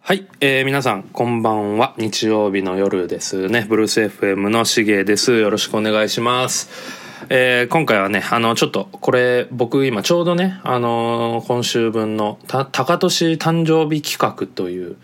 はい、えー皆さんこんばんは日曜日の夜ですねブルース FM のしげですよろしくお願いします、えー今回はねあのちょっとこれ僕今ちょうどねあのー今週分のた高俊誕生日企画という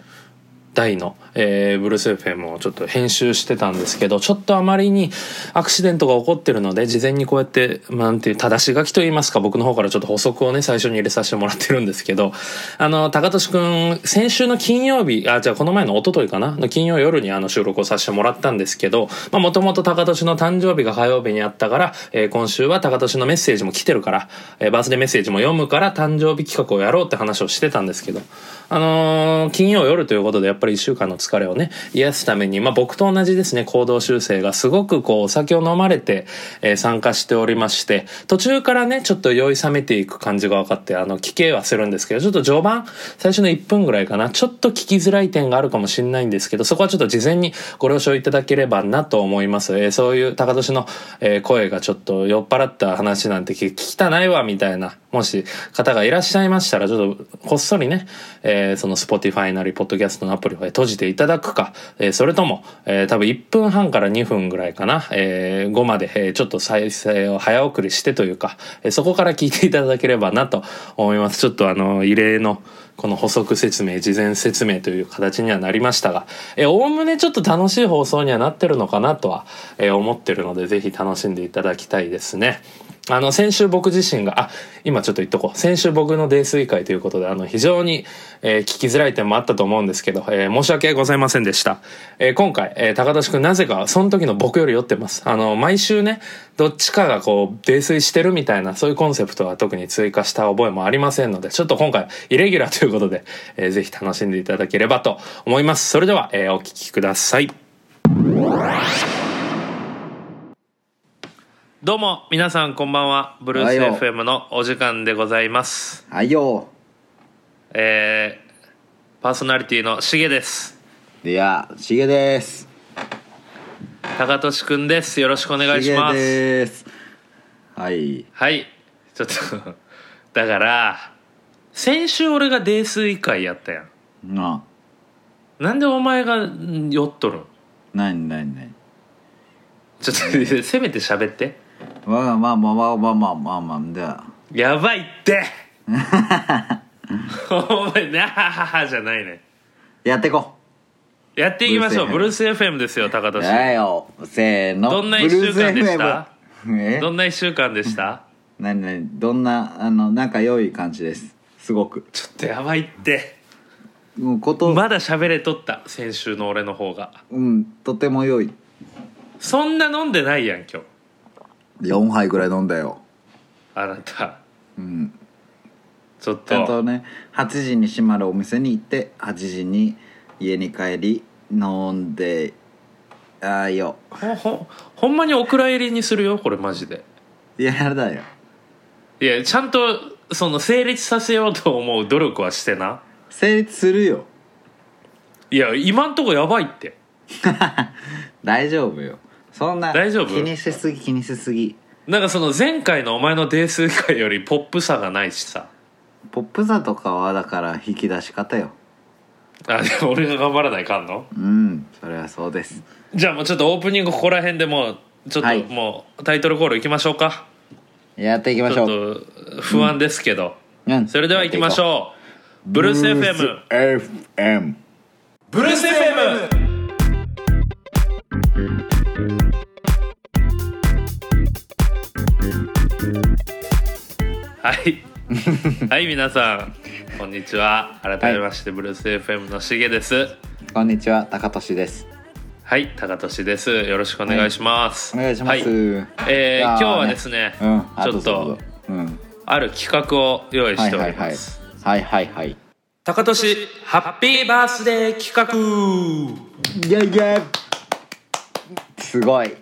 大の、えーブルース FM をちょっと編集してたんですけどちょっとあまりにアクシデントが起こってるので事前にこうやってまあなんていう正し書きといいますか僕の方からちょっと補足をね最初に入れさせてもらってるんですけどあの高俊くん先週の金曜日あじゃあこの前の一昨日かなの金曜夜にあの収録をさせてもらったんですけどもともと高俊の誕生日が火曜日にあったから、えー今週は高俊のメッセージも来てるから、えーバースデーメッセージも読むから誕生日企画をやろうって話をしてたんですけどあのー金曜夜ということでやっぱり1週間の疲れをね癒すために、まあ、僕と同じですね行動修正がすごくこうお酒を飲まれて、えー参加しておりまして途中からねちょっと酔い冷めていく感じが分かってあの聞けはするんですけどちょっと序盤最初の1分ぐらいかなちょっと聞きづらい点があるかもしれないんですけどそこはちょっと事前にご了承いただければなと思います、えーそういう高年の、えー声がちょっと酔っ払った話なんて聞きたないわみたいなもし方がいらっしゃいましたらちょっとこっそりね、えーその Spotify なりポッドキャストのアプリを閉じていただくか、えーそれとも、えー多分1分半から2分ぐらいかな、え5まで、えーちょっと再生を早送りしてというか、えーそこから聞いていただければなと思いますちょっとあの異例のこの補足説明事前説明という形にはなりましたがえーおおむねちょっと楽しい放送にはなってるのかなとは、えー思ってるのでぜひ楽しんでいただきたいですね。あの、先週僕自身が、あ、今ちょっと言っとこう。先週僕の泥酔会ということで、あの、非常に、えー聞きづらい点もあったと思うんですけど、えー申し訳ございませんでした。えー今回、えー高田くんなぜか、その時の僕より酔ってます。あの、毎週ね、どっちかがこう、泥酔してるみたいな、そういうコンセプトは特に追加した覚えもありませんので、ちょっと今回、イレギュラーということで、えーぜひ楽しんでいただければと思います。それでは、えーお聞きください。どうも皆さんこんばんはブルーはいよス FM のお時間でございますはいよえー、パーソナリティのしげですでやしげです高俊くんですよろしくお願いしましげすですはいはいちょっとだから先週俺が泥酔会やったやんななんでお前がん酔っとるんなになになにちょっとせめて喋ってまあまあまあまあまあまあまあまあではやばいってお前なはははじゃないねやっていこやっていきましょうブブルルース FM ですよ高う俊だよせーのどんな一週間でしたブルーズ FM どんな1週間でしたえなになにどんなあの仲良い感じですすごくちょっとやばいってもうこと、まだ喋れとった先週の俺の方がうんとても良いそんな飲んでないやん今日4杯ぐらい飲んだよあなたうんちょっちゃんととね8時に閉まるお店に行って8時に家に帰り飲んでああよほほほんまにお蔵入りにするよこれマジでいややだよいやちゃんとその成立させようと思う努力はしてな成立するよ いや今んとこやばいって大丈夫よそんな大丈夫気にしすぎ気にしすぎなんかその前回のお前の泥酔会よりポップさがないしさポップ座とかはだから引き出し方よあでも俺が頑張らないかんのうんそれはそうですじゃあもうちょっとオープニングここら辺でもうちょっはといもうタイトルコールいきましょうか、やっていきまちしょょっうと不安ですけど、うんそれでは行きましうょうブルース FM FM ブルース FM はい はい皆さんこんにちは改めまして、ブルース FM のしげですこんにちは高俊ですはい高俊ですよろしくお願いします、お願いします、はえーじゃあ今日はねですね、うんちあどょうっぞどとうぞうんある企画を用意はしいておはいりはまいす。はいはいはい高俊ハッピーバースデー企画いやいやすごい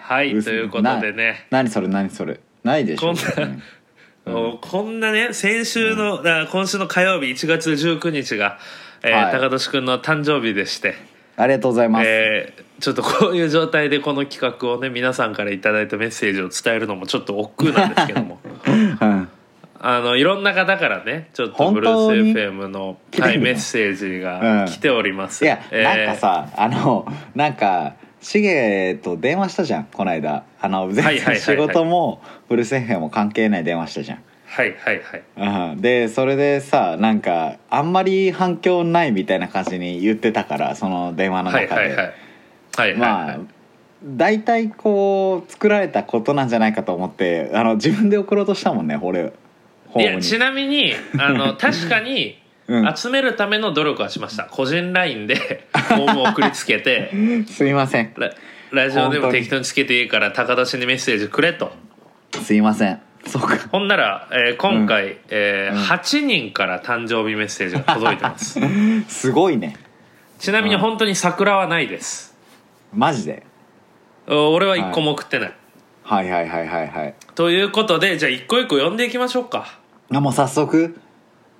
はいということでね、な何それ何それないでしこょんなおこんなね先週の、あ今週の火曜日1月19日が、えーはい高俊くんの誕生日でして、ありがとうございます、えーちょっとこういう状態でこの企 画をね皆さんから頂いたメッセージを伝えるのもちょっと億劫なんですけどもうんあのいろんな方からねちょっとブル本当ーにス FM の、はい、ねメッセージうがん来ております、いや、えーなんかさあのなんかシゲと電話したじゃんこの間あの全はいはいはいはい然仕事もブルース・エフェも関係ない電話したじゃんはいはいはいうん、でそれでさなんかあんまり反響ないみたいな感じに言ってたからその電話のは中いで、はいはいはいはいまあ大体こう作られたことなんじゃないかと思ってあの自分で送ろうとしたもんね俺ホいームやにちなみにあ の確かにうん集めるための努力はしました個人 LINE でフォームを送りつけてすいませんララジオでも本当に適当につけていいから高田氏にメッセージくれとすいませんそうかほんなら、えー今回、えーうん8人から誕生日メッセージが届いてますすごいねちなみにうん本当に桜はないですマジでお俺は1個も食ってない、はいはいはいはいはいということでじゃあ一個一個読んでいきましょうかあもう早速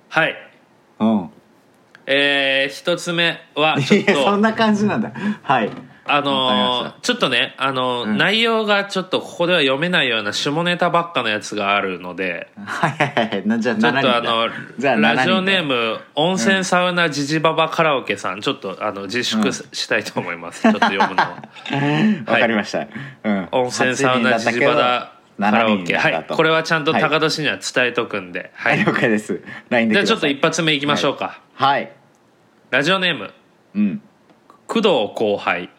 はいうんえー、一つ目はちょっいやそんとな感じなんだはいあわかりまのしーちょっとねあのー、うん内容がちょっとここでは読めないような下ネタばっかのやつがあるのではいはいはいなじゃあちょっとあ7人だのじゃあラジオ7人だネーム温泉サウナジジババカラオケさんちょっとあの自う粛んしたいと思います、ちょっと読むのは わかりました。うん。温泉サウナジジババカラオケははいい。これはちゃんとはい高年には伝えとくんで、はい了解です。ラインでじゃあちくださょっとい一発目いきましょうか、はい。ラジオネームうん。 工藤後輩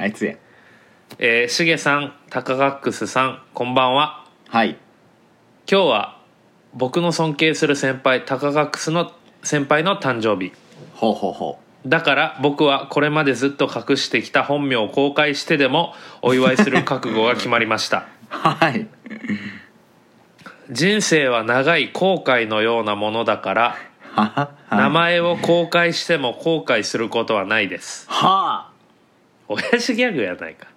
あいつや。えーしげさんタカガックスさんこんばんははい。今日は僕の尊敬する先輩タカガックスの先輩の誕生日ほうほうほだから僕はこれまでずっと隠してきた本名を公開してでもお祝いする覚悟が決まりましたう。はい。人生は長い後悔のようなものだからはは。名は前を公開しても後悔することはないですあ。親父ギャグやない か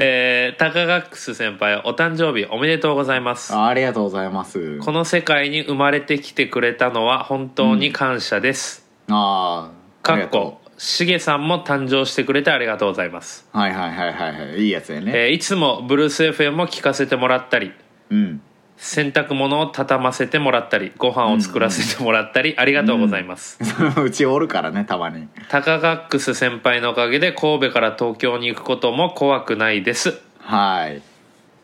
えー、タカガックス先輩お誕生日おめでとうございますありがとうございます。この世界に生まれてきてくれたのは本当に感謝です、ああ。あかりっがとこしげさんも誕生してくれてありがとうございます、うはいはいはいはいはい。いいやつやね。えーいつもブルース FM も聞かせてもらったりうん。 洗濯物を畳ませてもらったりご飯を作らせてもらったりありがとうございます、そのうちおるからね、たまに。タカガックス先輩のおかげで神戸から東京に行くことも怖くないですはい。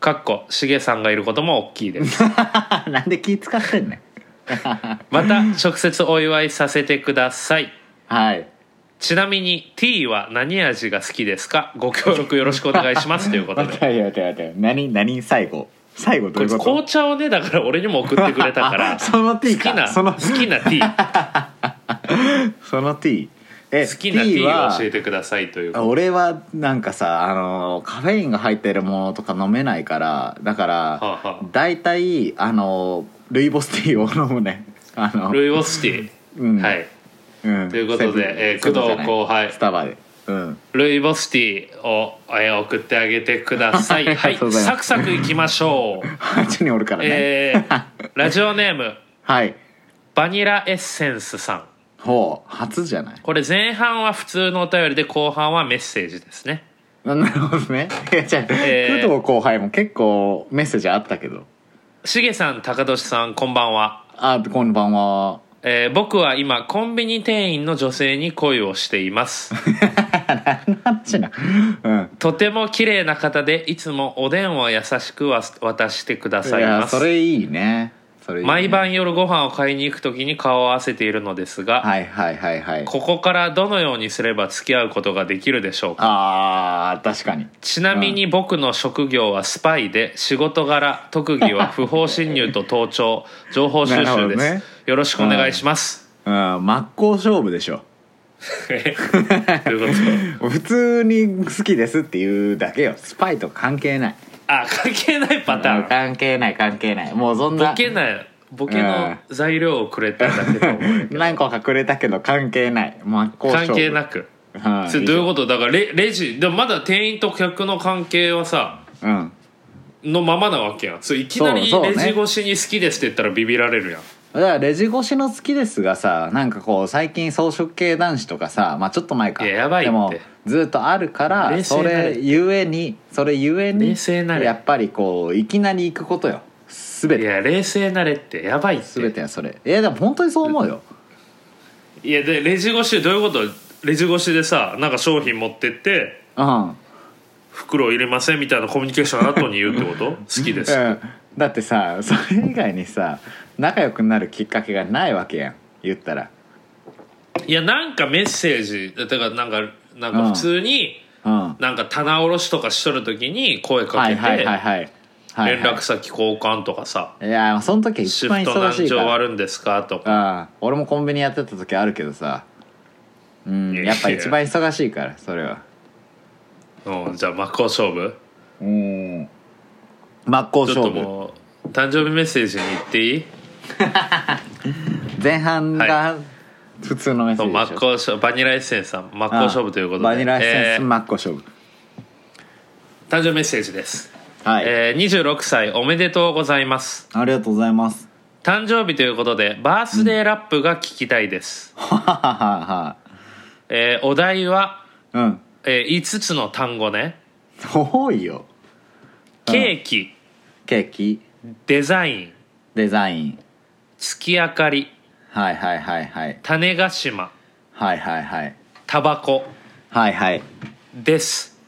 かっこしげさんがいることも大きいです なんで気使ってんねん。また直接お祝いさせてくださいはい。ちなみに T は何味が好きですかご協力よろしくお願いしますということ待っでて待って待って。何、何最後。最 後どこういいうつこと紅茶をねだから俺にも送ってくれたからあその T か好きなその好きな T 好その T えきな T はを教えてくださいということ俺はなんかさあのカフェインが入ってるものとか飲めないからだからはあは大体あのルイボスティーを飲むねああのルイボスティうんーはいうんということでセブンえーセブンじゃな工い藤後輩スタバでうん ルイボスティーをえー送ってあげてくださ あいりはがいとうございますサクサクいきましょ う8人おるからね、えーラジオネーム はいバニラエッセンスさんほう初じゃないこれ前半は普通のお便りで後半はメッセージですねななるほどね いやじゃあ、えー工藤後輩も結構メッセージあったけどしげさん高俊さんこんばんはあこんばんはえー僕は今コンビニ店員の女性に恋をしていますあっちなうんとても綺麗な方でいつもおでんを優しくわ渡してくださいいやまそすれいいねそれいいね毎晩夜ご飯を買いに行く時に顔を合わせているのですが、はいはいはいはいここからどのようにすれば付き合うことができるでしょうかあー確かにちなみに僕の職業はスパイで仕事柄特技は不法侵入と盗聴情報収なる集ほでどす、ねよろしくお願いします、うん真っ向勝負でしょ ということ普通に好きですっていうだけよスパイと関係ないあ関係ないパターン関係ない関係ないもうそんなボケないボケの材料をくれただけ と思う何個かくれたけど関係ない真っ向勝負関係なくはそれどういうこことだからレレジでもまだ店員と客の関係はさとうんのままなわけやんそれいきなりそうそレうねジ越しに好きですって言ったらビビられるやんだからレジ越しの好きですがさなんかこう最近草食系男子とかさまあちょっと前かいややばいってでもずっとあるか冷ら静そになれれゆえにそれゆえに冷静になれやっぱりこういきなり行くことよ全いてや冷静なれってやばいって全てはそれいやでも本当にそう思うよいやでレジ越しどういうことレジ越しでさなんか商品持ってってうん袋入れませんみたいなコミュニケーションの後に言うって こと好きです、うん、だってさそれ以外にさ仲良くなるきっかけがないわけやん言ったらいやなんかメッセージだからなんかなんか普通に、うんなんか棚卸しとかしとる時に声かはけいてはいはいはいはい連絡先交換とかさいやその「時はシ一フ番ト何忙し時い終か、わるんですか?」とからうん、俺もコンビニやってた時あるけどさうんいやいややっぱ一番忙しいからそれは「うん、じゃあ真っ向勝負うん真っ向ちょっ勝と負もう誕生日メッセージに行っていい前半が普通のメッセそーう真ジでしょっ向勝負バニラエッセンスさん真っ向勝負ということでバニラエッセンえスー真っ向勝負、誕生日メッセージです、はい、えー26歳おめでとうございますありがとうございます誕生日ということでバースデーラップが聞きたいです、ははははえーお題は、うんえー5つの単語ね多いよケーキケーキデザインデザイン月明かりはいはいはいはい種ヶ島はいはいはいタバコはいはいです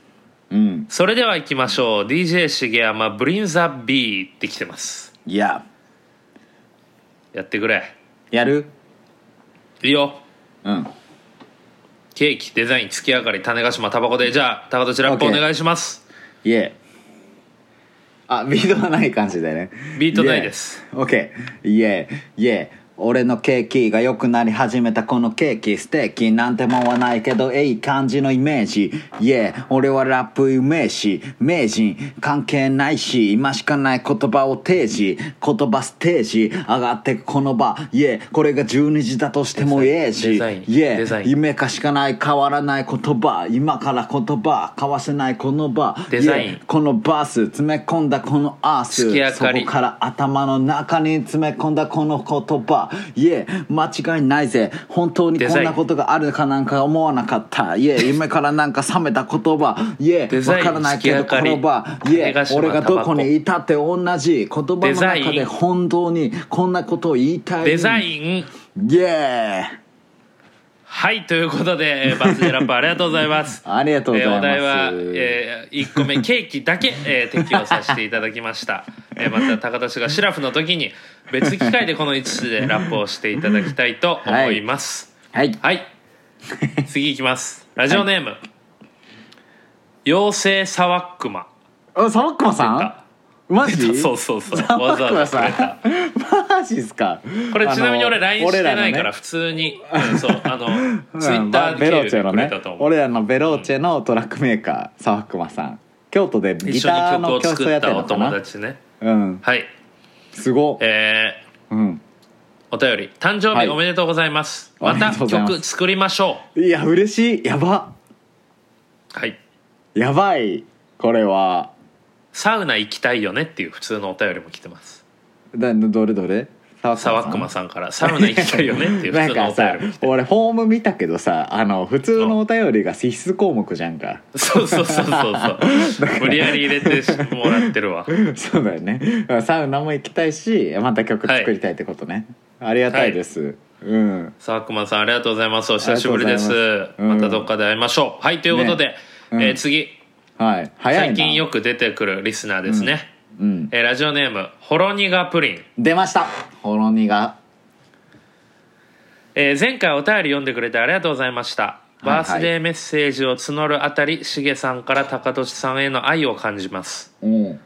うんそれでは行きましょう DJ 茂山ブリンザビーって来てますいややってくれやるいいようんケーキデザイン月明かり種ヶ島タバコでじゃあ高ちラップお OK 願いしますイエーあビートがない感じだよねビートないですイエーオッケーイエーイエー俺のケーキが良くなり始めたこのケーキステーキなんてもんはないけどえい感じのイメージイエー俺はラップ有名し名人関係ないし今しかない言葉を提示言葉ステージ上がってくこの場イエーこれが12時だとしてもええデしザインイエーデザイン夢かしかない変わらない言葉今から言葉交わせないこの場デザイン Yeah このバース詰め込んだこのアース月明かりそこから頭の中に詰め込んだこの言葉いえ間違いないぜ本当にデこザイんンなことがあるかなんか思わなかったいえ夢からなんか覚めた言葉いえデザイわンからないけ月明どこかりの場いえ種子島俺がどこタバコにいたって同じ言葉のデザイン中で本当にこんなことを言いたいデザインイエーはいということで、えーバースデーラップありがとうございます ありがとうございえーますお題は、えー、1個目ケーキだけ、えー適用させていただきました、えーまた高田氏がシラフの時に別機会でこの5つでラップをしていただきたいと思いますはいはい、次いきますラジオネーム、妖精サワックマあサワックマさ出んたマジそうそうそうサわワざックわマざくれたさん マジっすかこれちなみに俺あの LINE してないから俺らのね普通に、うん、そうあのうん Twitter でベローチェのくれねたと思う、俺らのベローチェのトラックメーカー沢熊さん京都でギ一緒にター曲のを教室作やっってるたおのか友な達ねうんはいすごっえーうんお便り誕生は日いおめでとうございます、おめでまとうたございます曲作りましょいや嬉しいやばうはいやばいこれはサウナ行きたいよねっていう普通のお便りも来てますだどれどれ沢熊さんからサウナ行きたいよねっていう な普ん通のかお便さりも来て俺フォーム見たけどさあの普通のお便りが必須項目じゃんかそうそうそうそうそう無理やり入れてもらってるわそうだよねサウナも行きたいしまた曲作りたいってことね、ありがたいです、うん沢熊さんありがとうございますお久しぶりですありがとうございますうんまたどっかで会いましょうはいということで、うんえー次はい早い最な近よく出てくるリスナーですね、うんえーラジオネームほろ苦プリン出ましたほろ苦えー前回お便り読んでくれてありがとうございましたはいはいバースデーメッセージを募るあたりしげさんから高俊さんへの愛を感じますうん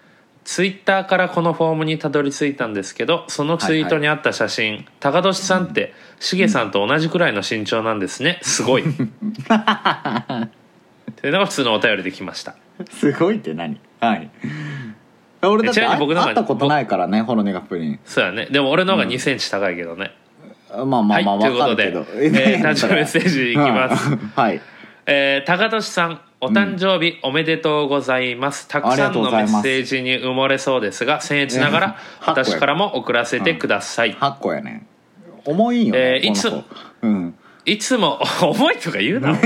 ツイッターからこのフォームにたどり着いたんですけどそのツイートにあった写真、高俊さんってしげさんと同じくらいの身長なんですねす ごいというのが普通のお便りできましたすごいって何はい俺だってちなみに僕会の方会がったことないからねほろ苦プリンそうやねでも俺の方が2センチ高いけどね、まあまあまあはいというこわとかるでけど、え ー誕生日メッセージいきますうんはいえー、高俊さんお誕生日おめでとうございます、たくさんのメッセージに埋もれそうですが僭越 ながら八個や私からも送らせてください、 8個やね重いんよね、えーこの子うん いつも重いとか言うな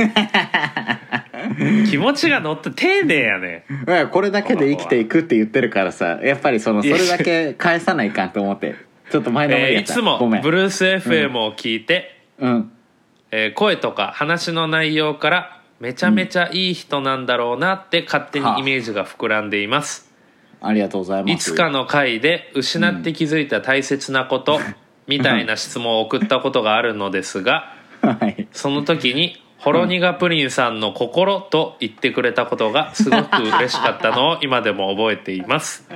気持ちが乗って丁寧やねうんこれだけで生きていくって言ってるからさやっぱりそのそれだけ返さないかんと思ってちょっと前のめりえやーいった、つもごめんブルース FM を聞いて、うんえー声とか話の内容からめちゃめちゃいい人なんだろうなって勝手にイメージが膨らんでいます、ありがとうございますいつかの回で失って気づいた大切な ことみたいな質問を送ったことがあるのですがはいその時にほろ苦プリンさんの心と言ってくれたことがすごく嬉しかったのを今でも覚えています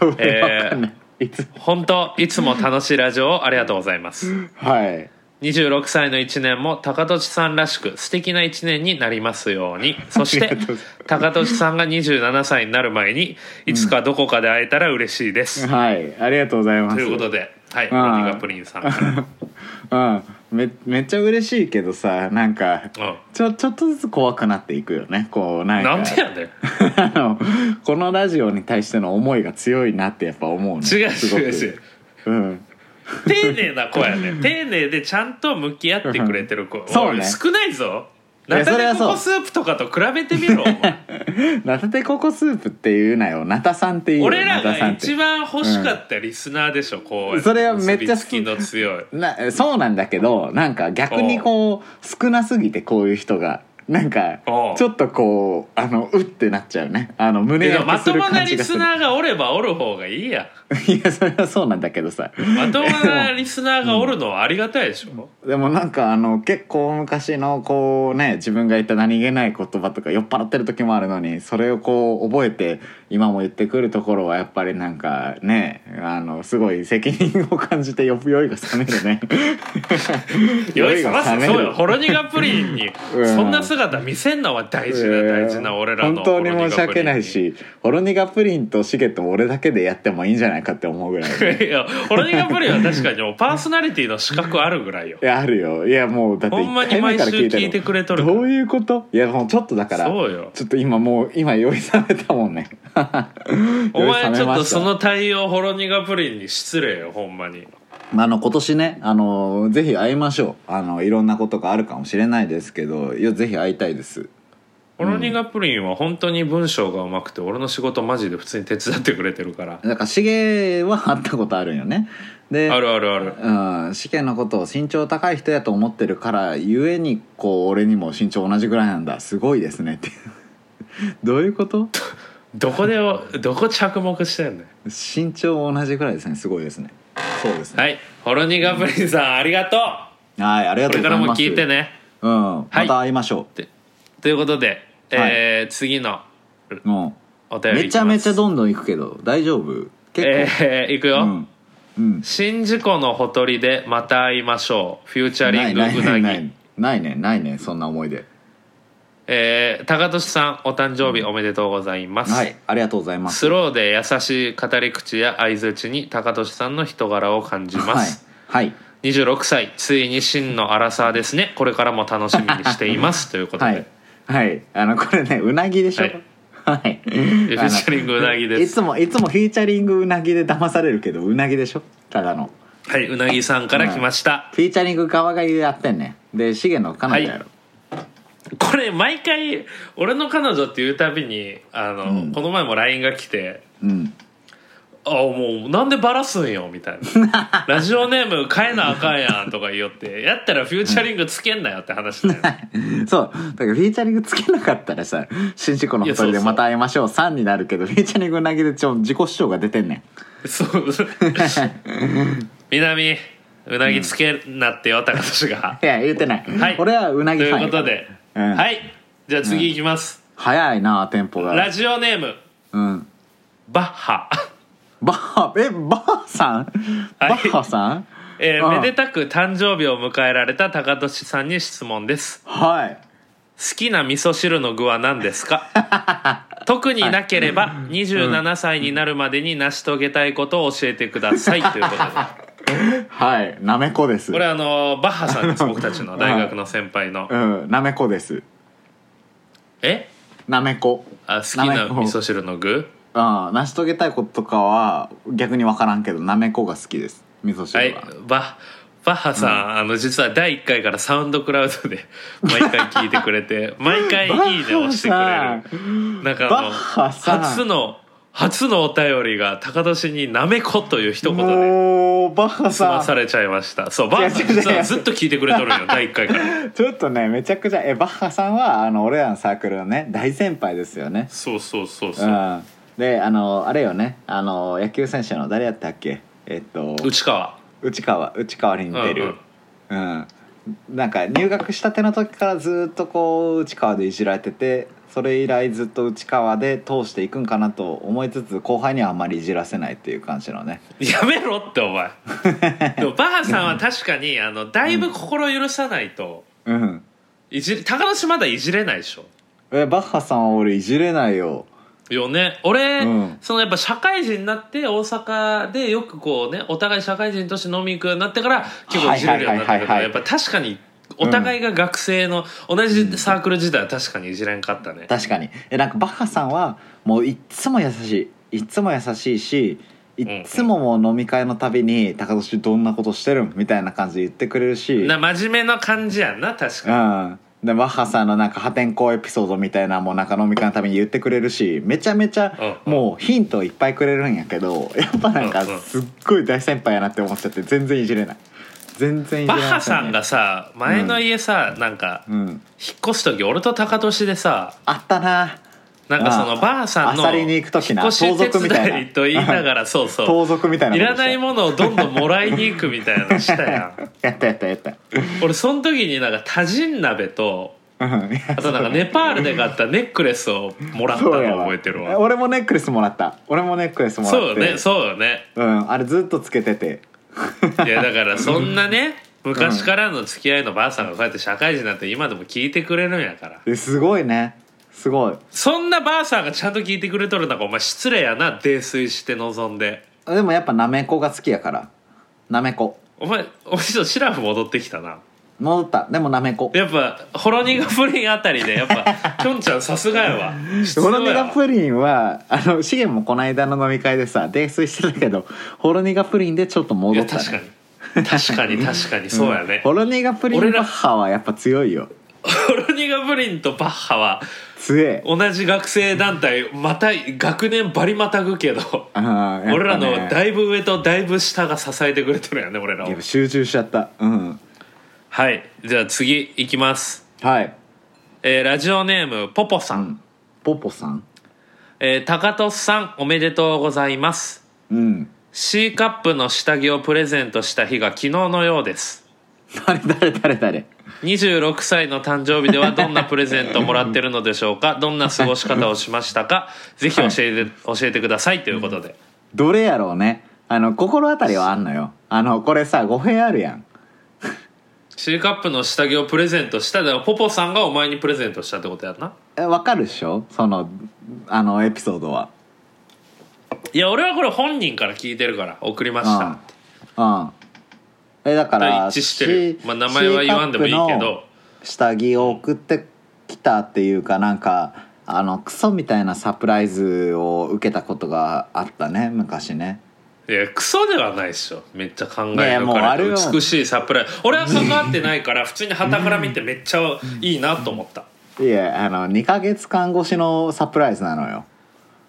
どうでわかんない、いつ本当いつも楽しいラジオをありがとうございますはい26歳の1年も高俊さんらしく素敵な1年になりますようにそしありてがとうござい高俊さんが27歳になる前にいつかどこかで会えたら嬉しいです、はいありがとうございますということではいうんロニガプリンさんから うんめめっちゃ嬉しいけどさなんかうんちょちょっとずつ怖くなっていくよねこうなんかなんでやねん あのこのラジオに対しての思いが強いなってやっぱ思うね違うすごく違う違ううん丁寧な子やね丁寧でちゃんと向き合ってくれてる子そうねおい少ないぞいやナタそれデはそうココスープとかと比べてみろお前ナタテココスープっていうなよナタさんっていうよ俺らナタがさんって一番欲しかったリスナーでしょこうやってそれはめっちゃ好結きびつきの 強いなそうなんだけどなんか逆にこう少なすぎてこういう人がなんかおうちょっとこうあのうってなっちゃうねあの胸けど焼まけすとるもな感じリがすスるナーがおればおる方がいいや いやそれはそうなんだけどさまともなリスナーがおるのはありがたいでしょでもなんかあの結構昔のこうね自分が言った何気ない言葉とか酔っ払ってる時もあるのにそれをこう覚えて今も言ってくるところはやっぱりなんかねあのすごい責任を感じて酔酔いが冷めるねよいしょまずそうよホロニガプリンにうんそんな姿見せんのは大事な大事な俺らの本当に申し訳ないしほろ苦プリンとシゲと俺だけでやってもいいんじゃないかって思うぐらいホロニガプリンにいやホロニガプリンは確かにもうパーソナリティの資格あるぐらいよいやあるよいやもうだってほんま1に回目毎から週聞いた聞いてのくれとるどういうこといやもうちょっとだからそうよちょっと今もう今酔い冷めたもんね お前ちょっとそ酔い冷めましの対応ホロニガプリンに失礼よほんまにたあの今年ねあのぜひ会いましょうあのいろんなことがあるかもしれないですけどいやぜひ会いたいですホロニガプリンは本当に文章がうまくて俺の仕事マジで普通に手伝ってくれてるからだからシゲは会ったことあるんよねであるあるあるうん、試験のことを身長高い人やと思ってるからゆえにこう俺にも身長同じぐらいなんだすごいですねって どういうことどこでをどこ着目してんねん身長同じぐらいですねすごいですねそうですねはいホロニガプリンさんありがとうはいありがことれうかござらいますも聞いてねうんまはいた会いましょでということで、えー次のう、うんお便りめちゃめちゃんどんどん行くけど大丈夫結えー、いく構、よ、うん、うん、宍道湖のほとりでまた会いましょうフューチャリングないうなないぎないないねないねそんな思い出えー、高俊さんお誕生日おめでとうございます、はいありがとうございますスローで優しい語り口や相づちに高俊さんの人柄を感じまはいす、はい26歳ついに真のアラサーですねこれからも楽しみにしています ということで、はいはいあのこれねうなぎでしょはいはいフューチャリングうなぎでいすつもいつもフィーチャリングうなぎで騙されるけどうなぎでしょただのはいうなぎさんから来ました、フィーチャリング側がやってんねでシゲの彼女やろ、これ毎回俺の彼女っていうたびにあの、うんこの前も LINE が来てうん「あもうなんでバラすんよ」みたい な「ラジオネーム変えなあかんやん」とか言おって「やったらフューチャリングつけんなよ」って話だよそうだからフィーチャリングつけなかったらさ「新宿の二人でまた会いましょう」3になるけどフィーチャリングうなぎでちょ自己主張が出てんねん そう。南、うなぎつけんなってよ、高俊が。いや言うてない、はい。俺はうなぎとフいァうンやこからとで、うんはい。じゃあ次いきます。早いなテンポがラジオネーム、うんバッハ。バーえバーさんはいバッハさんえーああめでたく誕生日を迎えられた高俊さんに質問です。はい好きな味噌汁の具は何ですか 特になければ27歳になるまでに成し遂げたいことを教えてくださいということではいなめこですこれあのバッハさんです僕たちの大学の先輩のうんなめこですえなめこあ好きな味噌汁の具うん成し遂げたいこととかは逆に分からんけどなめこが好きです味噌は汁いは、、バッ、ババッハさん、あの実は第1回からサウンドクラウ ドで毎回聞いてくれて毎回「いいね」押してくれるなんかバッあのハさん初の初のお便りが高年に「なめこ」という一言でもうバッハ済まさされちゃいましたそうバッハさん違う違う違う実はずっと聞いてくれとるんよ第1回からんちょっとねめちゃくちゃえバッハさんはあの俺らのサークルのね大先輩ですよねそうそうそうそううんであのあれよねあの野球選手の誰やったっけえっと内川内川内川に似てるうん、なんか入学したての時からずっとこう内川でいじられててそれ以来ずっと内川で通していくんかなと思いつつ後輩にはあんまりいじらせないっていう感じのねやめろってお 前でもバッハさんは確かにあのだいぶ心許さないと、うんいじ高梨まだいじれないでしょえバッハさんは俺いじれないよよね俺、うんそのやっぱ社会人になって大阪でよくこうねお互い社会人として飲み行くようになってから結構いじれるようになったけどはいはやいはいはいはいっぱ確かにお互いが学生の、同じサークル時代は確かにいじれんかったね、確かにえなんかバッハさんはもういっつも優しいいっつも優しいしいっつももう飲み会のたびに「高年どんなことしてるん?」みたいな感じで言ってくれるしな真面目な感じやんな確かに、うん、でバッハさんのなんか破天荒エピソードみたいなのもなんか飲み会のために言ってくれるしめちゃめちゃうんもうヒントいっぱいくれるんやけどやっぱなんかうんうんすっごい大先輩やなって思っちゃって全然いじれない全然いじバれない、ッハさんがさ前の家さ、なんかう引んっ越す時俺と高俊でさあったななんかそのああバーさんのあさりに行く時な引っ越し手伝いと言いな がらそうそ盗賊みたいうないこらとしたないものをどんどんもらいに行くみたいなのしたや んやったやったやった俺その時になんかタジン鍋とうんいやあとなんかネパールで買ったネックレスをもらったのそうやわ覚えてるわ俺もネックレスもらった俺もネックレスもらっそてうよねそうよねうんあれずっとつけてて いやだからそんなね昔からの付き合いのばあさんがこうやって社会人になって今でも聞いてくれるんやからですごいねすごいそんなばあさんがちゃんと聞いてくれとるなんかお前失礼やな泥酔して望んででもやっぱなめこが好きやからなめこお前お前ちょっとシラフ戻ってきたな戻ったでもなめこやっぱホロニガプリンあたりでやっぱきょんちゃんさすがやわ質ホ問やロわニガプリンはあの資源もこの間の飲み会でさ泥酔してたけどホロニガプリンでちょっとい戻やった、ね、確かに確かに確かにそうやね、ホロニガプリン俺バらッハはやっぱ強いよホロニガプリンとバッハは強え同じ学生団体また学年バリまたぐけど、あーやっぱね俺らのだいぶ上とだいぶ下が支えてくれてるやんね俺らをやっぱ集中しちゃったうんはいじゃあ次いきます、はい、えーラジオネームポポさ、うんん、ポポさんえー、高俊さんおめでとうございますうん。 C カップの下着をプレゼントした日が昨日のようです誰誰誰誰26歳の誕生日ではどんなプレゼントをもらってるのでしょうかどんな過ごし方をしましたかぜひ教えて、教えてくださいということで、どれやろうね。あの、心当たりはあんのよ。あの、これさ、語弊あるやん。 C カップの下着をプレゼントしたではポポさんがお前にプレゼントしたってことやんなえわかるっしょその、あの、エピソードは。いや俺はこれ本人から聞いてるから送りましたってうん。うん。え、だだかからら、一致してる、 C- まあ、名前は C 言わんでもいいカけップのど下着を送ってきたっていうか、なんか、あの、クソみたいなサプライズを受けたことがあったね、昔ね。いやクソではないっしょめっちゃ考えいや抜もうかあれれては美しいサプライズ俺は関わってないから普通にはから見てめっちゃいいなと思ったいや、あの、2ヶ月間越しのサプライズなのよ。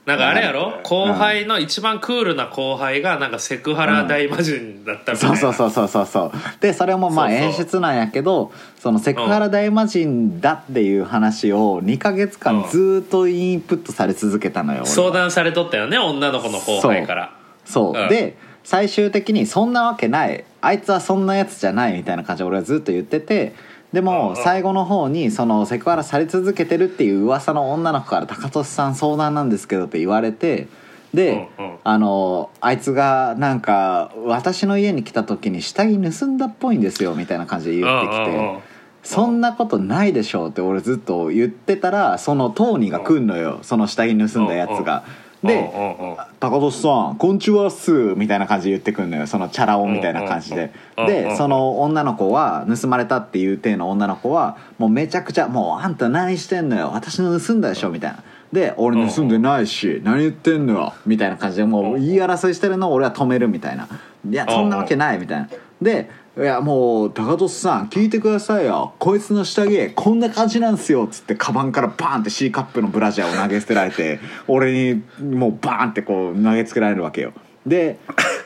なんかあれやろ後輩の一番クールな後輩がなんかセクハラ大魔人だったみたいそなうそうそうそうそうそうでそれもまあそうそう演出なんやけどそのセクハラ大魔人だっていう話を2ヶ月間ずーっとインプットされ続けたのよ、俺は相談されとったよね女の子の後輩からそう、うんで最終的に「そんなわけないあいつはそんなやつじゃない」みたいな感じで俺はずっと言っててでうんうんも最後の方にそのセクハラされ続けてるっていう噂の女の子から「高俊さん相談なんですけど」って言われてで、うんうんあのあいつがなんか私の家に来た時に下着盗んだっぽいんですよみたいな感じで言ってきうんうんうんて「そんなことないでしょ」って俺ずっと言ってたらそのトーニーが来んのよその下着盗んだやつが。で、うんうんうん高俊さん、こんにちはっす、みたいな感じで言ってくんのよ。そのチャラ男みたいな感じでうん。うんうんうんで、その女の子は、盗まれたっていう体の女の子は、もうめちゃくちゃ、もうあんた何してんのよ。私の盗んだでしょ、みたいな。で、俺盗んでないし、何言ってんのよ、みたいな感じで、もう言い争いしてるのを俺は止めるみたいな。いや、そんなわけない、みたいな。で、いやもう高俊さん聞いてくださいよこいつの下着こんな感じなんすよっつってカバンからバーンって C カップのブラジャーを投げ捨てられて俺にもうバーンってこう投げつけられるわけよで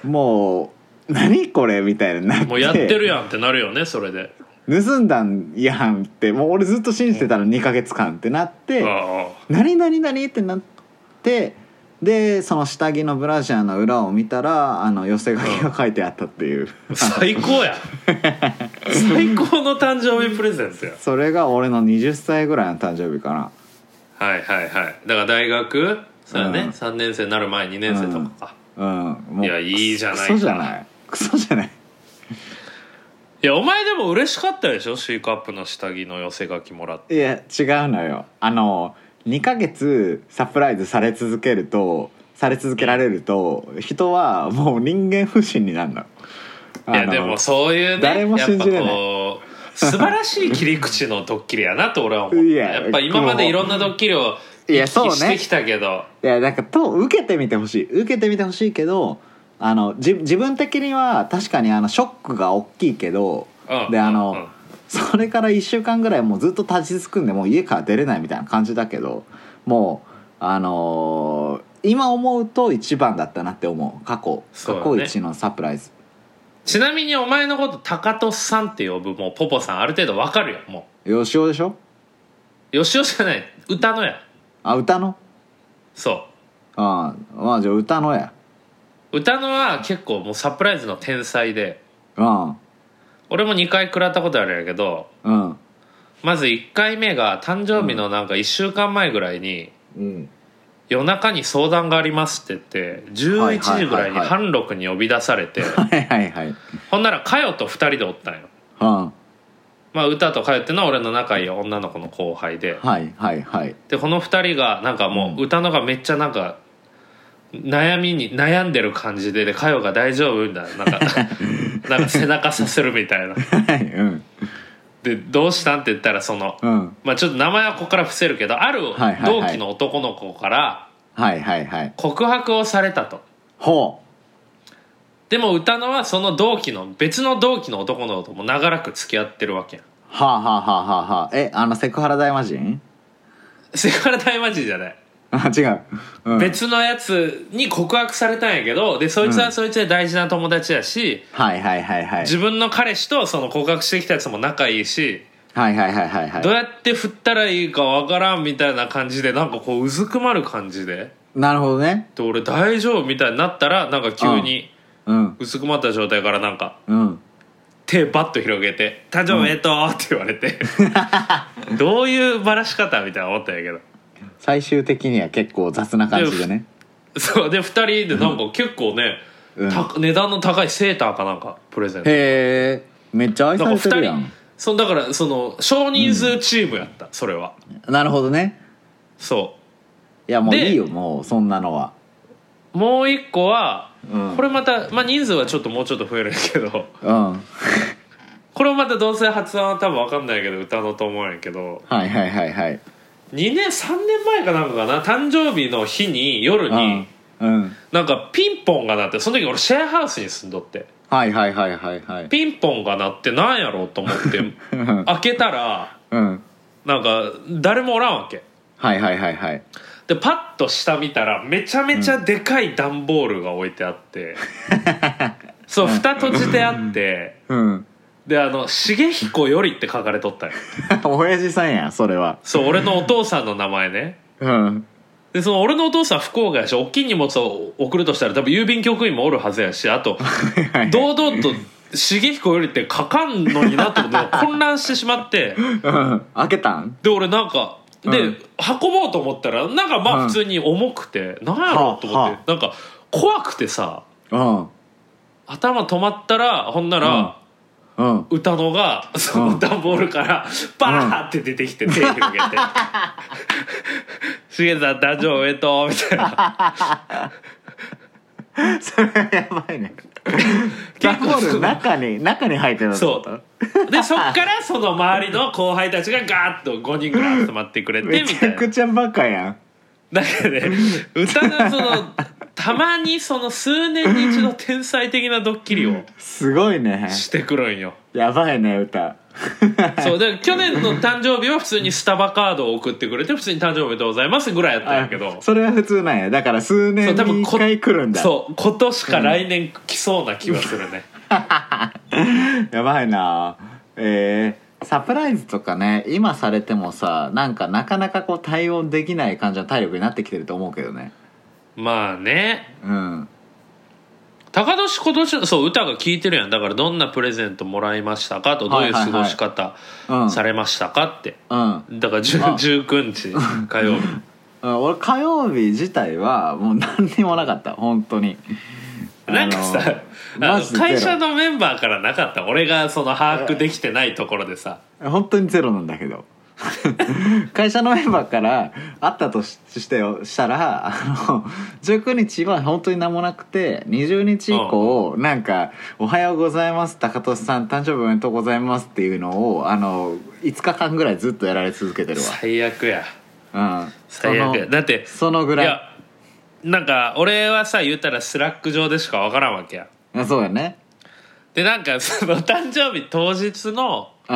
もう何これみたいになってもうやってるやんってなるよねそれで盗んだんやんってもう俺ずっと信じてたの2ヶ月間ってなって、あ何何何ってなってでその下着のブラジャーの裏を見たらあの寄せ書きが書いてあったっていうあ最高 や最高の誕生日プレゼントやそれが俺の20歳ぐらいの誕生日かなはいはいはいだから大学そうやね、うん3年生になる前2年生とかか、うんもういやいいじゃないかクソじゃないクソじゃないいやお前でも嬉しかったでしょ C カップの下着の寄せ書きもらっていや違うのよあの2ヶ月サプライズされ続けるとされ続けられると人はもう人間不信になるのいやでもそういうね誰も信じれなやいっぱこう素晴らしい切り口のドッキリやなと俺は思ったいややっぱ今までいろんなドッキリをいや行きそ来うねしてきたけど、いやなんかと受けてみてほしい受けてみてほしいけどあのじ自分的には確かにあのショックが大きいけど、うんであの、うんそれから1週間ぐらいもうずっと立ちすくんでもう家から出れないみたいな感じだけどもうあのー今思うと一番だったなって思う過去そうだ過ね去一のサプライズ、ちなみにお前のことタカトスさんって呼ぶもうポポさんある程度わかるよもよしおでしょうよしおじゃない歌のやあ歌のそああまあじゃあ歌のやう歌のは結構もうサプライズの天才でうん俺も2回食らったことあるんやけどうんまず1回目が誕生日のなんか1週間前ぐらいに、うん夜中に相談がありますって言ってはい11はいはいはい時ぐらいに半六に呼び出されてはいはいはいうんほんなら佳代と2人でおったんよはまあ歌と佳代ってのは俺の仲いい女の子の後輩でいはいはい でこの2人がなんかもう歌のがめっちゃなんか悩みに悩んでる感じでで佳代が「大丈夫?」みたい ななんかなんか背中させるみたいなはいうんで「どうしたん?」って言ったらその、うんまあ、ちょっと名前はここから伏せるけどあるはいはい同はい期の男の子からはいはいはい告白をされたと。ほでも歌のはその同期の別の同期の男の子とも長らく付き合ってるわけやんうはあはあはあはあはあえあのセクハラ大魔人セクハラ大魔人じゃない、あ 違う、うん、別のやつに告白されたんやけどでそいつはそいつで大事な友達やし、はいはいはいはい自分の彼氏とその告白してきたやつも仲いいし、はいはいはいはいどうはやって振ったらいいかわからんみたいな感じでなんかこううずくまる感じでいなるほどねで俺大丈夫みたいになったらなんか急にうんうずくまった状態からなんかうん手バッと広げて「誕生日おめでとう!」って言われ てどういうバラし方みたいな思ったんやけど最終的には結構雑な感じでねそうで2人でなんか結構ね、うんた値段の高いセーターかなんかプレゼントへえめっちゃ愛さなんれかてるや2ん人そうだからその少人数チームやった、それはなるほどねそいやもうでいいよもうそんなのはうもう一個は、うんこれまた、まあ、人数はちょっともうちょっと増えるんやけどうんはいこれもまたどうせ発案は多分分かんないけど歌のと思うんやけどはいはいはい2年3年前かなんかかな誕生日の日に夜うに、んうんなんかピンポンが鳴ってその時俺シェアハウスに住んどってはいはいはいはいはいピンポンが鳴ってなんやろうと思ってうん開けたらうんなんか誰もおらんわけはいはいはいはいでパッと下見たらめちゃめちゃでかい段ボールが置いてあって、そう蓋閉じてあってうん であの「重彦より」って書かれとったんよ親父さんやんそれはそう俺のお父さんの名前ねうんでその俺のお父さん福岡やし大きい荷物を送るとしたら多分郵便局員もおるはずやしあとはいはい堂々と「重彦より」って書かんのになと思 って混乱してしまってうん開けたんで俺なんかで、うん運ぼうと思ったらなんかまうんあ普通に重くて、なんやろうと思って、はなんか怖くてさうん頭止まったらほんなら、 うん歌のがその段ボールからバーって出てきて手広げて 「しげ、さん誕生日おめでとう」みたいなそれはやばいねダンボールの中に中に入ってたってこそとうでそっからその周りの後輩たちがガーッと5人ぐらい集まってくれてみめちたいゃなくちゃバカやんだからね歌のそのたまにその数年に一度天才的なドッキリをすごいねしてくるんよやばいね歌そうで去年の誕生日は普通にスタバカードを送ってくれて普通に誕生おめでとうございますぐらいやったんやけどあそれは普通なんやだから数そ年う多分にこ1回来るんだそう今年か来年来そうな気はするね、 やばいなえーサプライズとかね今されてもさなんかなかなかこう対応できない感じの体力になってきてると思うけどねまあねうん高年今年のそう歌が聴いてるやんだからどんなプレゼントもらいましたかとどういう過ごし方うんされましたかってうん、だから10 19日 火曜日うん、俺火曜日自体はもう何にもなかった本当になんかさあのあマのジでゼロ会社のメンバーからなかった俺がその把握できてないところでさ本当にゼロなんだけど会社のメンバーからあったとししてよしたらあの19日は本当に何もなくて20日以降なんか「おはようございます高俊さん誕生日おめでとうございます」っていうのをあの5日間ぐらいずっとやられ続けてる最悪やわ、うん、最悪やだってそのそのぐいらいやなんか俺はさ言うたらスラック上でしかわからんわけやあそうやねでなんかその 誕生日当日のうん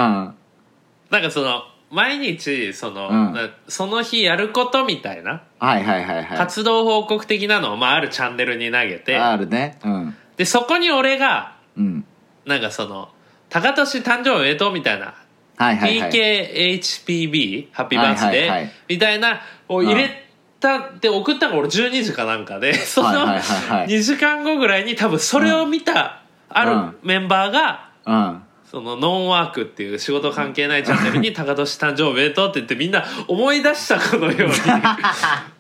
なんかその毎日その、うんなその日やることみたいなはいはいはいはい活動報告的なのを、まあ、あるチャンネルに投げてあるねうんでそこに俺がうんなんかその「高俊誕生日おめでとう」みたいなはいはいはい PKHPB ハッピーバースデはいはいはーいみたいなを入れたで送ったのが俺12時かなんかでそのはいはいはいはい2時間後ぐらいに多分それを見たあるメンバーがうんそのノンワークっていう仕事関係ないチャンネルに「高年誕生日おめでとう」って言ってみんな思い出したかのよ うに「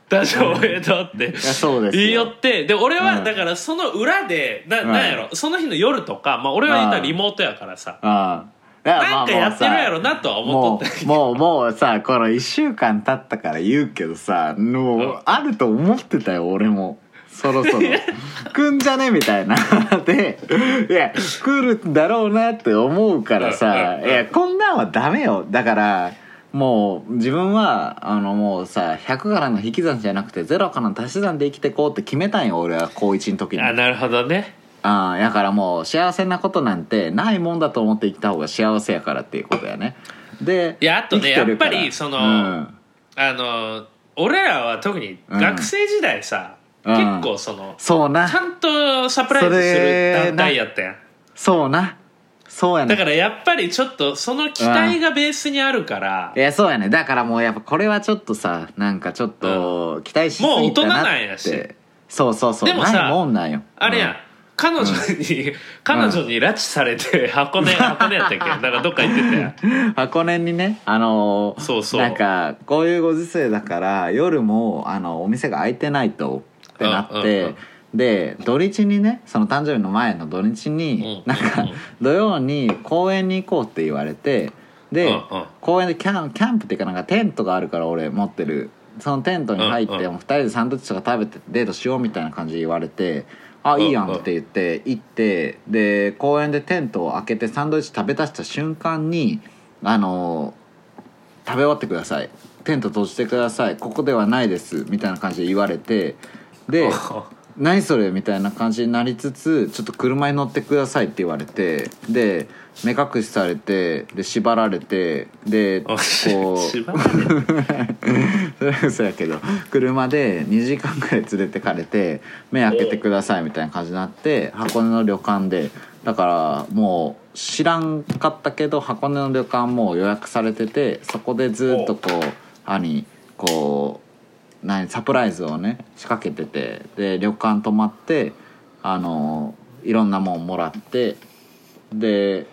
誕生日おめでとう」っていやそうですよ言い寄ってで俺うはんだからその裏でなうんなんやろその日の夜とかまあ俺は言ったらリモートやからさうんなんかやってるやろななとは思っもとったけうどもうもうさこの1週間経ったから言うけどさもう、うんあると思ってたよ俺もそろ そろ来んじゃねみたいな でいや来るんだろうなって思うからさうんうんうんいやこんなんはダメよだからもう自分はあのもうさ100からの引き算じゃなくて0からの足し算で生きてこうって決めたんよ俺は高1の時にあなるほどねああやからもう幸せなことなんてないもんだと思って生きた方が幸せやからっていうことやねでいやあとね生きてるからやっぱりそのうんあの俺らは特にうん学生時代さ、うん結構そのそうなちゃんとサプライズする団体やったやんそうなそうやだねからやっぱりちょっとその期待がベースにあるからいやそうやねだからもうやっぱこれはちょっとさなんかちょっと期待しすぎたなって、もう大人なんやしそうそうそうでもさないもんなんよあれやん、彼女に、彼女に拉致されて箱根箱根やったっけなんかどっか行ってた やん箱根にねあのーそうそうなんかこういうご時世だから夜もあのお店が開いてないとってなっうんうんてで土日にねその誕生日の前の土日にうんなんか土曜に公園に行こうって言われてでうんうん公園でキャンキャンプっていうかなんかテントがあるから俺持ってるそのテントに入ってうんうんもう2人でサンドイッチとか食べてデートしようみたいな感じで言われて。あいいやんって言って行ってで公園でテントを開けてサンドイッチ食べ出した瞬間にあの食べ終わってくださいテント閉じてくださいここではないですみたいな感じで言われてで何それみたいな感じになりつつちょっと車に乗ってくださいって言われてで目隠しされてで縛られて でこあしう縛られてそれは嘘やけど車で2時間ぐらい連れてかれて目開けてくださいみたいな感じになって箱根の旅館でだからもう知らんかったけど箱根の旅館もう予約されててそこでずっとこう兄こう何サプライズをね仕掛けててで旅館泊まってあのいろんなもんもらってで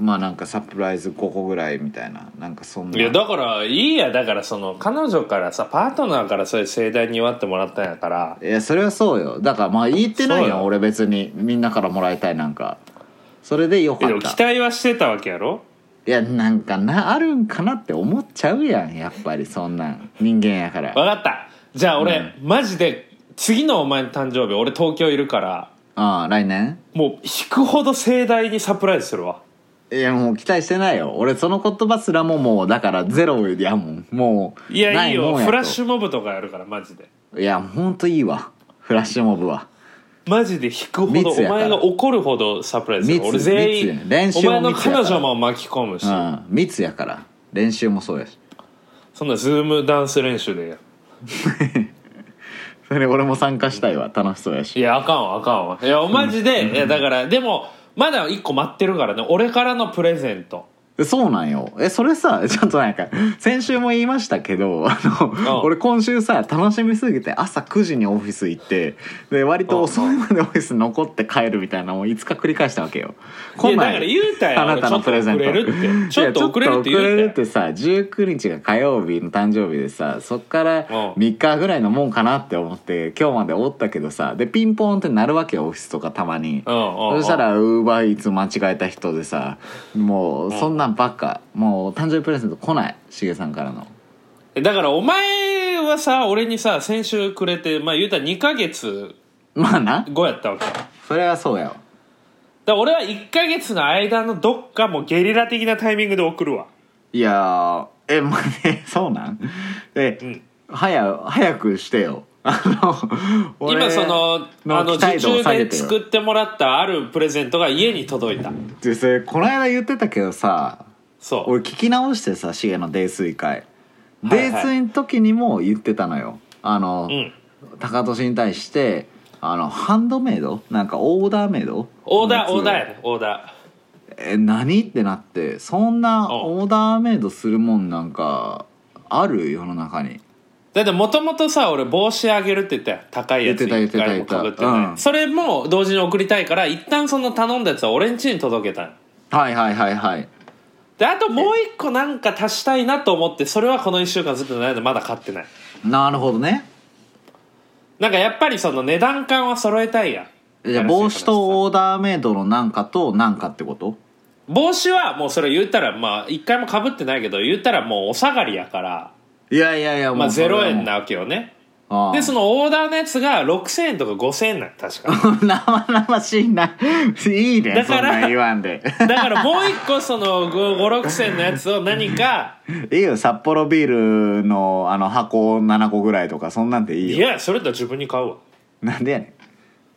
まあなんかサプライズ5個ぐらいみたいななんかそんないやだからいいやだからその彼女からさパートナーからそういう盛大に祝ってもらったんやからいやそれはそうよだからまあ言ってないそうよよ俺別にみんなからもらいたいなんかそれでよいかやでもっ期たい待はしてたわけやろやなんかなあるんかなって思っちゃうやんやっぱりそんなん人間やからわかったじゃあ俺、マジで次のお前の誕生日俺東京いるからああ来年もう引くほど盛大にサプライズするわいやもう期待してないよ俺その言葉すらももうだからゼロやもんもういやないいもんよやとフラッシュモブとかやるからマジでいやほんといいわフラッシュモブはマジで引くほど密おやから前が怒るほどサプライズだから俺密全員、密練習おも前の密や彼から女も巻き込むし、うん密やから練習もそうやしそんなズームダンス練習でやそれ俺も参加したいわ楽しそうやいしやあかんわあかんわいやマジで、いやだからでもまだ一個待ってるからね俺からのプレゼントえそうなんよえそれさ ちょっとなんか先週も言いましたけどあああの俺今週さ楽しみすぎて朝9時にオフィス行ってで割と遅いまでオフィス残って帰るみたいなのを5日繰り返したわけよい来やだないから言うたやんあなたのプレゼントちょっと遅れるってちょっと遅れるって言いやうちょっと遅れるったやてさ19日が火曜日の誕生日でさそっからうん3日ぐらいのもんかなって思って今日までおったけどさでピンポーンってなるわけよオフィスとかたまにうんうんうそんしたらウーバーイーツ間違えた人でさもうそんなんばっかもう誕生日プレゼント来ないしげさんからの んだからお前はさ俺にさ先週くれてまあ言うたら2ヶ月まあな後やったわけだかそれはそうやわら俺は1ヶ月の間のどっかもうゲリラ的なタイミングで送るわいやーえまあね そうなんえ、ん早早くしてよあの俺今そのあの期待受度を注下げでてよ作ってもらったあるプレゼントが家に届いたでそれこの間言ってたけどさそう俺聞き直してさシゲの泥酔会はいは泥い酔の時にも言ってたのよあの、うん高俊に対してあのハンドメイドなんかオーダーメイドオーダのやつーをオーダーやねオーダえ何ってなってそんうなんオーダーメイドするもんなんかある世の中にーだってもともとさ俺帽子あげるって言ったやん高いやつ言って一た言回っもてたかぶ言っっててたない、うんそれも同時に送りたいから一旦その頼んだやつは俺ん家に届けたんはいはいはいはいであともう一個なんか足したいなと思ってそれはこの1週間ずっと悩んでまだ買ってないなるほどねなんかやっぱりその値段感は揃えたいやんじゃあ帽子とオーダーメイドのなんかとなんかってこと帽子はもうそれ言ったらまあ一回もかぶってないけど言ったらもうお下がりやからいやいやいやまあそれは0円なわけよねああでそのオーダーのやつが6000円とか5000円なん確か 生々しいな。いいね。だからそんなん言わんで。 だからもう一個その56000円のやつを何かいいよ、札幌ビールのあの箱7個ぐらいとか、そんなんでいいいよ。やそれだったら自分に買うわなんでやね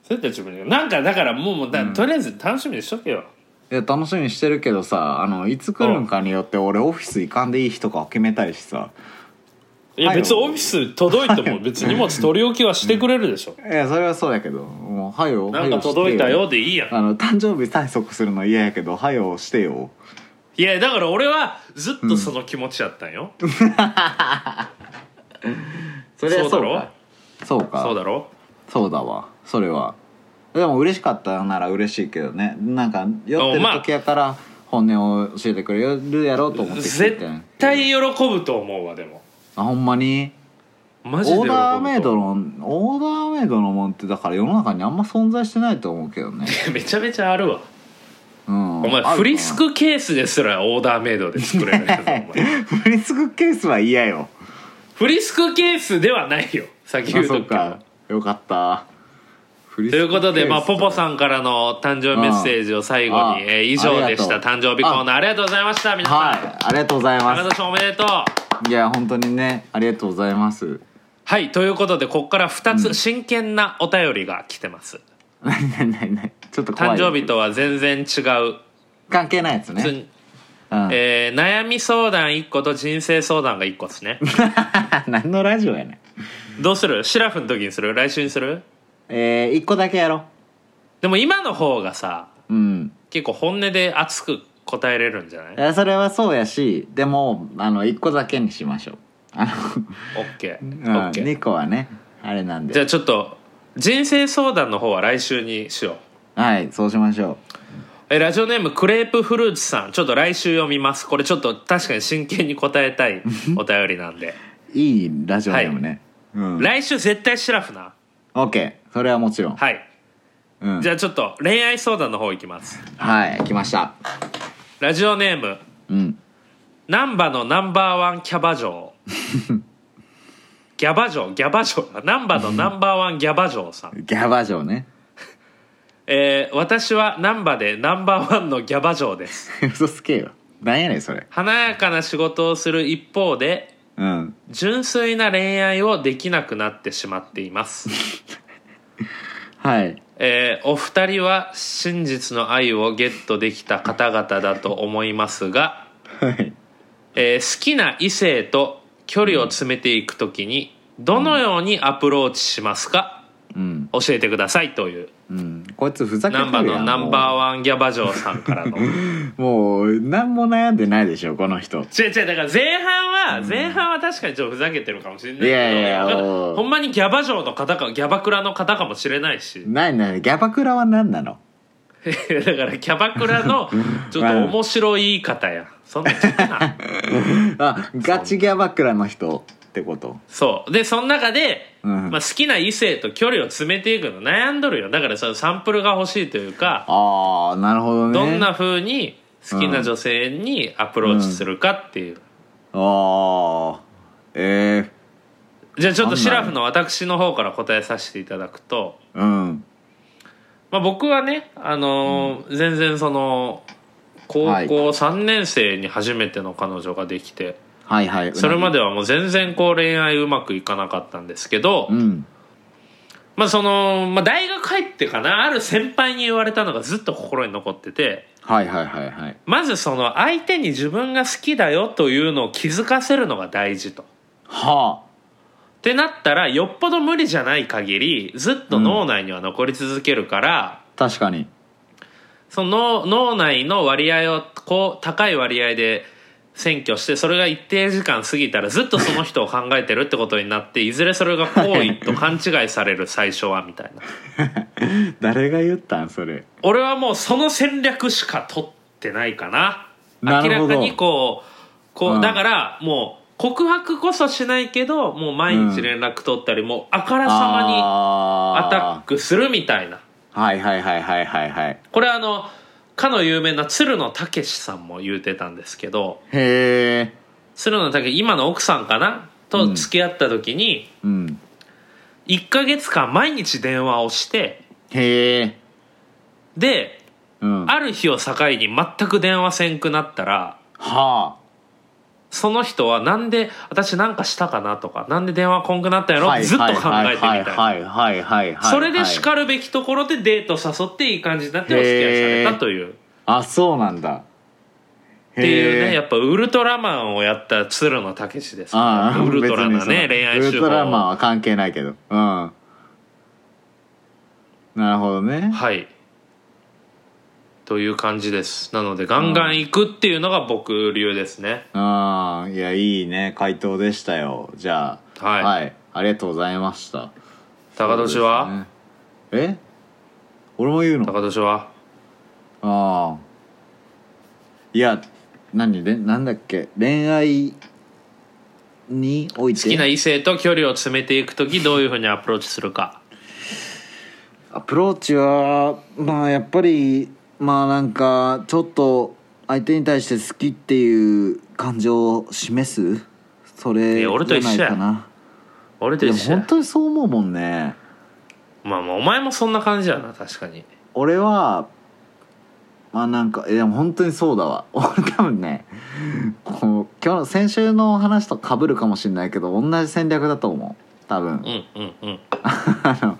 それだったら自分に買うなんかだからもうもうだとりあえず楽しみにしとけよん。いや、楽しみにしてるけどさ、あの、いつ来るんかによって俺オフィス行かんでいい日とかを決めたいしさ。いやはい別にオフィス届いても別に荷物取り置きはしてくれるでしょいや、それはそうやけど、もう、はよ、なんはかよして届いたよ。でいいやんあの、誕生日催促するの嫌やけど、はよしてよ。いやだから俺はずっとその気持ちやったんよ、それはそうだかろそうか。そうだろそうだわそれはでも嬉しかったなら嬉しいけどねなんか酔っておるまあ時やから本音を教えてくれるやろうと思って聞い絶てん対喜ぶと思うわでもあほんまにマジで喜オぶーとダーメイド思うのオーダーメイドのもんってだから世の中にあんま存在してないと思うけどね、めちゃめちゃあるわうん、お前あるかなフリスクケースですらオーダーメイドで作れるやつお 前 フリスクケースは嫌よフリスクケースではないよ先あ言うそとっくけどかよかったとということで、まあ、ポポんさんからの誕生日メッセージを最後ああに、えー以上でしたありがとう誕生日コーナーありがとうございました皆さん、はいありがとうござい中ま田さんおめでとうすいや本当にねありがとうございます はいということでここから2つ真剣なお便りが来てます、何何何何ちょっと怖誕い生日とは全然違う、関係ないやつね普通にうんえー悩み相談1個と人生相談が1個です ね 何のラジオやねんどうするシラフの時にする来週にするえー、一個だけやろでも今の方がさううん結構本音で熱く答えれるんじゃないいやそれはそうやしでもあの一個だけにしましょうあオッケーの、オうッん、ケー2個はねあれなんじゃであちょっと人生相談の方は来週にしようはいそうしましょえラジオネームクレープフルーツさんちょっと来週読みますこれちょっと確かに真剣に答えたいお便りなんでういいラジオネームね、うん来週絶対シラフなオッケーそれはもちろん、はいうん、じゃあちょっと恋愛相談の方いきますはい来ましたラジオネームうん難波のナンバーワンキャバ嬢ギャバ嬢ギャバ嬢難波のナンバーワンギャバ嬢さん、ギャバ嬢ね えー私は難波でナンバーワンのギャバ嬢です嘘つけよなんやねんそれ華やかな仕事をする一方でうん純粋な恋愛をできなくなってしまっていますはいえーお二人は真実の愛をゲットできた方々だと思いますが、はいえー好きな異性と距離を詰めていくときにどのようにアプローチしますかうん教えてくださいといううんこいつふざけてナンるやバんのナンバーワンギャバ嬢さんから の違うもう何も悩んでないでしょこの人違うだから前半は前半は確かにちょっとふざけてるかもしれないけどいやいやいやだからおうほんまにギャバ嬢の方かギャバクラの方かもしれないしないないギャバクラは何なのいや だからキャバクラ のちょっと面白い言い方やそんな聞くな あガチギャバクラの人ってこと そうでその中で、うんまあ、好きな異性と距離を詰めていくの悩んどるよだからそのサンプルが欲しいというかああなるほどねどんな風に好きな女性にアプローチするかっていう、ああえじゃあちょっとそんシなんラフの私の方から答えさせていただくと、えうんまあ、僕はね、あのー全然その高校はい3年生に初めての彼女ができて、はいはいそれまでではもう全然こう恋愛うまくいかなかったんですけど、うんまあその、まあ、大学入ってかなある先輩に言われたのがずっと心に残っててはいはいはいはいまずその相手に自分が好きだよというのを気づかせるのが大事と。っはてなったらよっぽど無理じゃない限りずっと脳内には残り続けるから、あ確かに その脳脳内の割合をこう高い割合で占拠してそれが一定時間過ぎたらずっとその人を考えてるってことになっていずれそれが好意と勘違いされる最初はみたいな誰が言ったんそれ 俺はもうその戦略しか取ってないかななるほ明どらかにこうこう、うんだからもう告白こそしないけどもう毎日連絡取ったり、もうあからさまにアタッあクするみたいなーはいはいはいはいはいはいこれあのかの有名な鶴野武さんも言うてたんですけどへえ鶴野武今の奥さんかなうとん付き合った時に、うん1ヶ月間毎日電話をしてへえでうんはある日を境に全く電話せんくなったらあその人はなんで私なんかしたかなとかなんで電話こんくなったんやろってずっと考えてみたいなはいはいはいはいはいはいはいそれでしかるべきところでデート誘っていい感じになってお付き合いされたというあそうなんだっっていうねやっぱウルトラマンをやった鶴野武ですあから あウルトラ別になそのね恋愛ウ手ルトラマン法は関係ないけどうんなるほどねはいという感じですなのでガンガン行くっていうのが僕流ですねああいやいいね回答でしたよじゃあはいありがとうございました高年は、そうですねえ俺も言うの高年はああいや何でなんだっけ恋愛において好きな異性と距離を詰めていく時どういうふうにアプローチするかアプローチはまあやっぱりまあなんかちょっと相手に対して好きっていう感情を示すそれいじや俺とゃ一ない緒やかな俺とで一も緒や本当にそう思うもんねまあまあお前もそんな感じやな確かに俺はまあなんかいや本当にそうだわ 俺多分ねこう今日の先週の話とかぶるかもしれないけど同じ戦略だと思う多う分んうんうんあの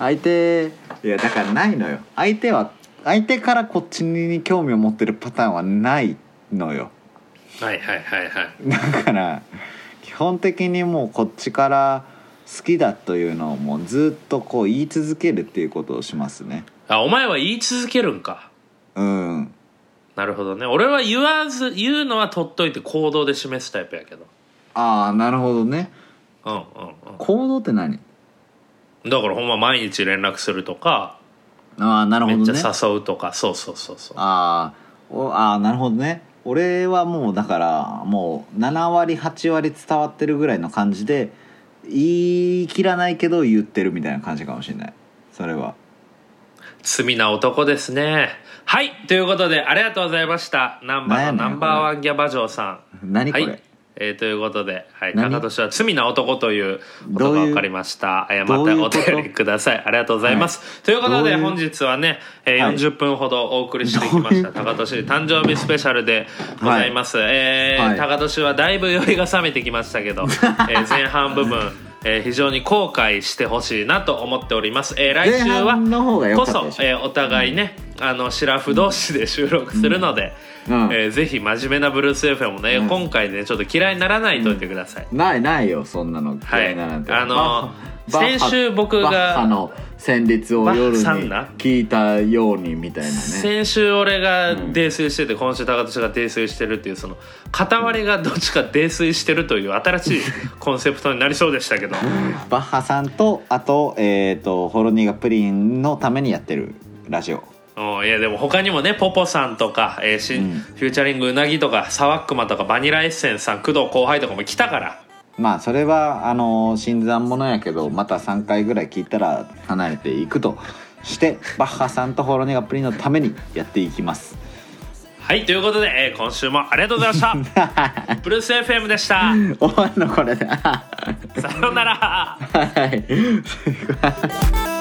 相手いやだからないのよ相手は相手からこっちに興味を持ってるパターンはないのよはいはいはいはいだから基本的にもうこっちから好きだというのをもうずっとこう言い続けるっていうことをしますねあお前は言い続けるんかうんなるほどね俺は言わず言うのは取っといて行動で示すタイプやけどああなるほどねうんうん行動って何うんだからほんま毎日連絡するとか、ああなるほめどっねちゃ誘うとかそうそうそうそうあーおあーなるほどね俺はもうだからもう7割8割伝わってるぐらいの感じで言い切らないけど言ってるみたいな感じかもしれないそれは罪な男ですねはいということでありがとうございましたナンバーのなナんやねんンバーワンギャバ嬢さん何こはれ、いえーということで、はい、何高年は罪な男ということどうがいう分かりました。えーどういうまこたとお便りください。ありがとうございます。ということで、どういう本日はね、えーはい40分ほどお送りしてきました。高年誕生日スペシャルでございます。えーはい 高年はだいぶ酔いが覚めてきましたけど、えー前半部分、えー非常に後悔してほしいなと思っております、えー来週前は半の方が良かこったそでしょ、えーお互いね、あのシラフ同士で収録するので、うんえーぜひ真面目なブルース FM をね、うん今回ねちょっと嫌いにならないといてください、ないないよそんなのはい嫌いななんて、あのバッハ先週僕がバッハの旋律を夜バッハにさんな聞いたようにみたいなね先週俺が泥酔してて、今週高俊が泥酔してるっていうその片割れがどっちか泥酔してるという新 しいコンセプトになりそうでしたけどバッハさんとあと,、えー、とホロニーがプリンのためにやってるラジオうんいやでも他にもねポポさんとか、えーしうんフューチャリングうなぎとかサワックマとかバニラエッセンスさん工藤後輩とかも来たからまあそれはあの新参者やけどまた3回ぐらい聞いたら離れていくとしてバッハさんとホロニーがプリンのためにやっていきます はいということで、えー今週もありがとうござい ましたブルース FM でした 終わるのこれではさようならい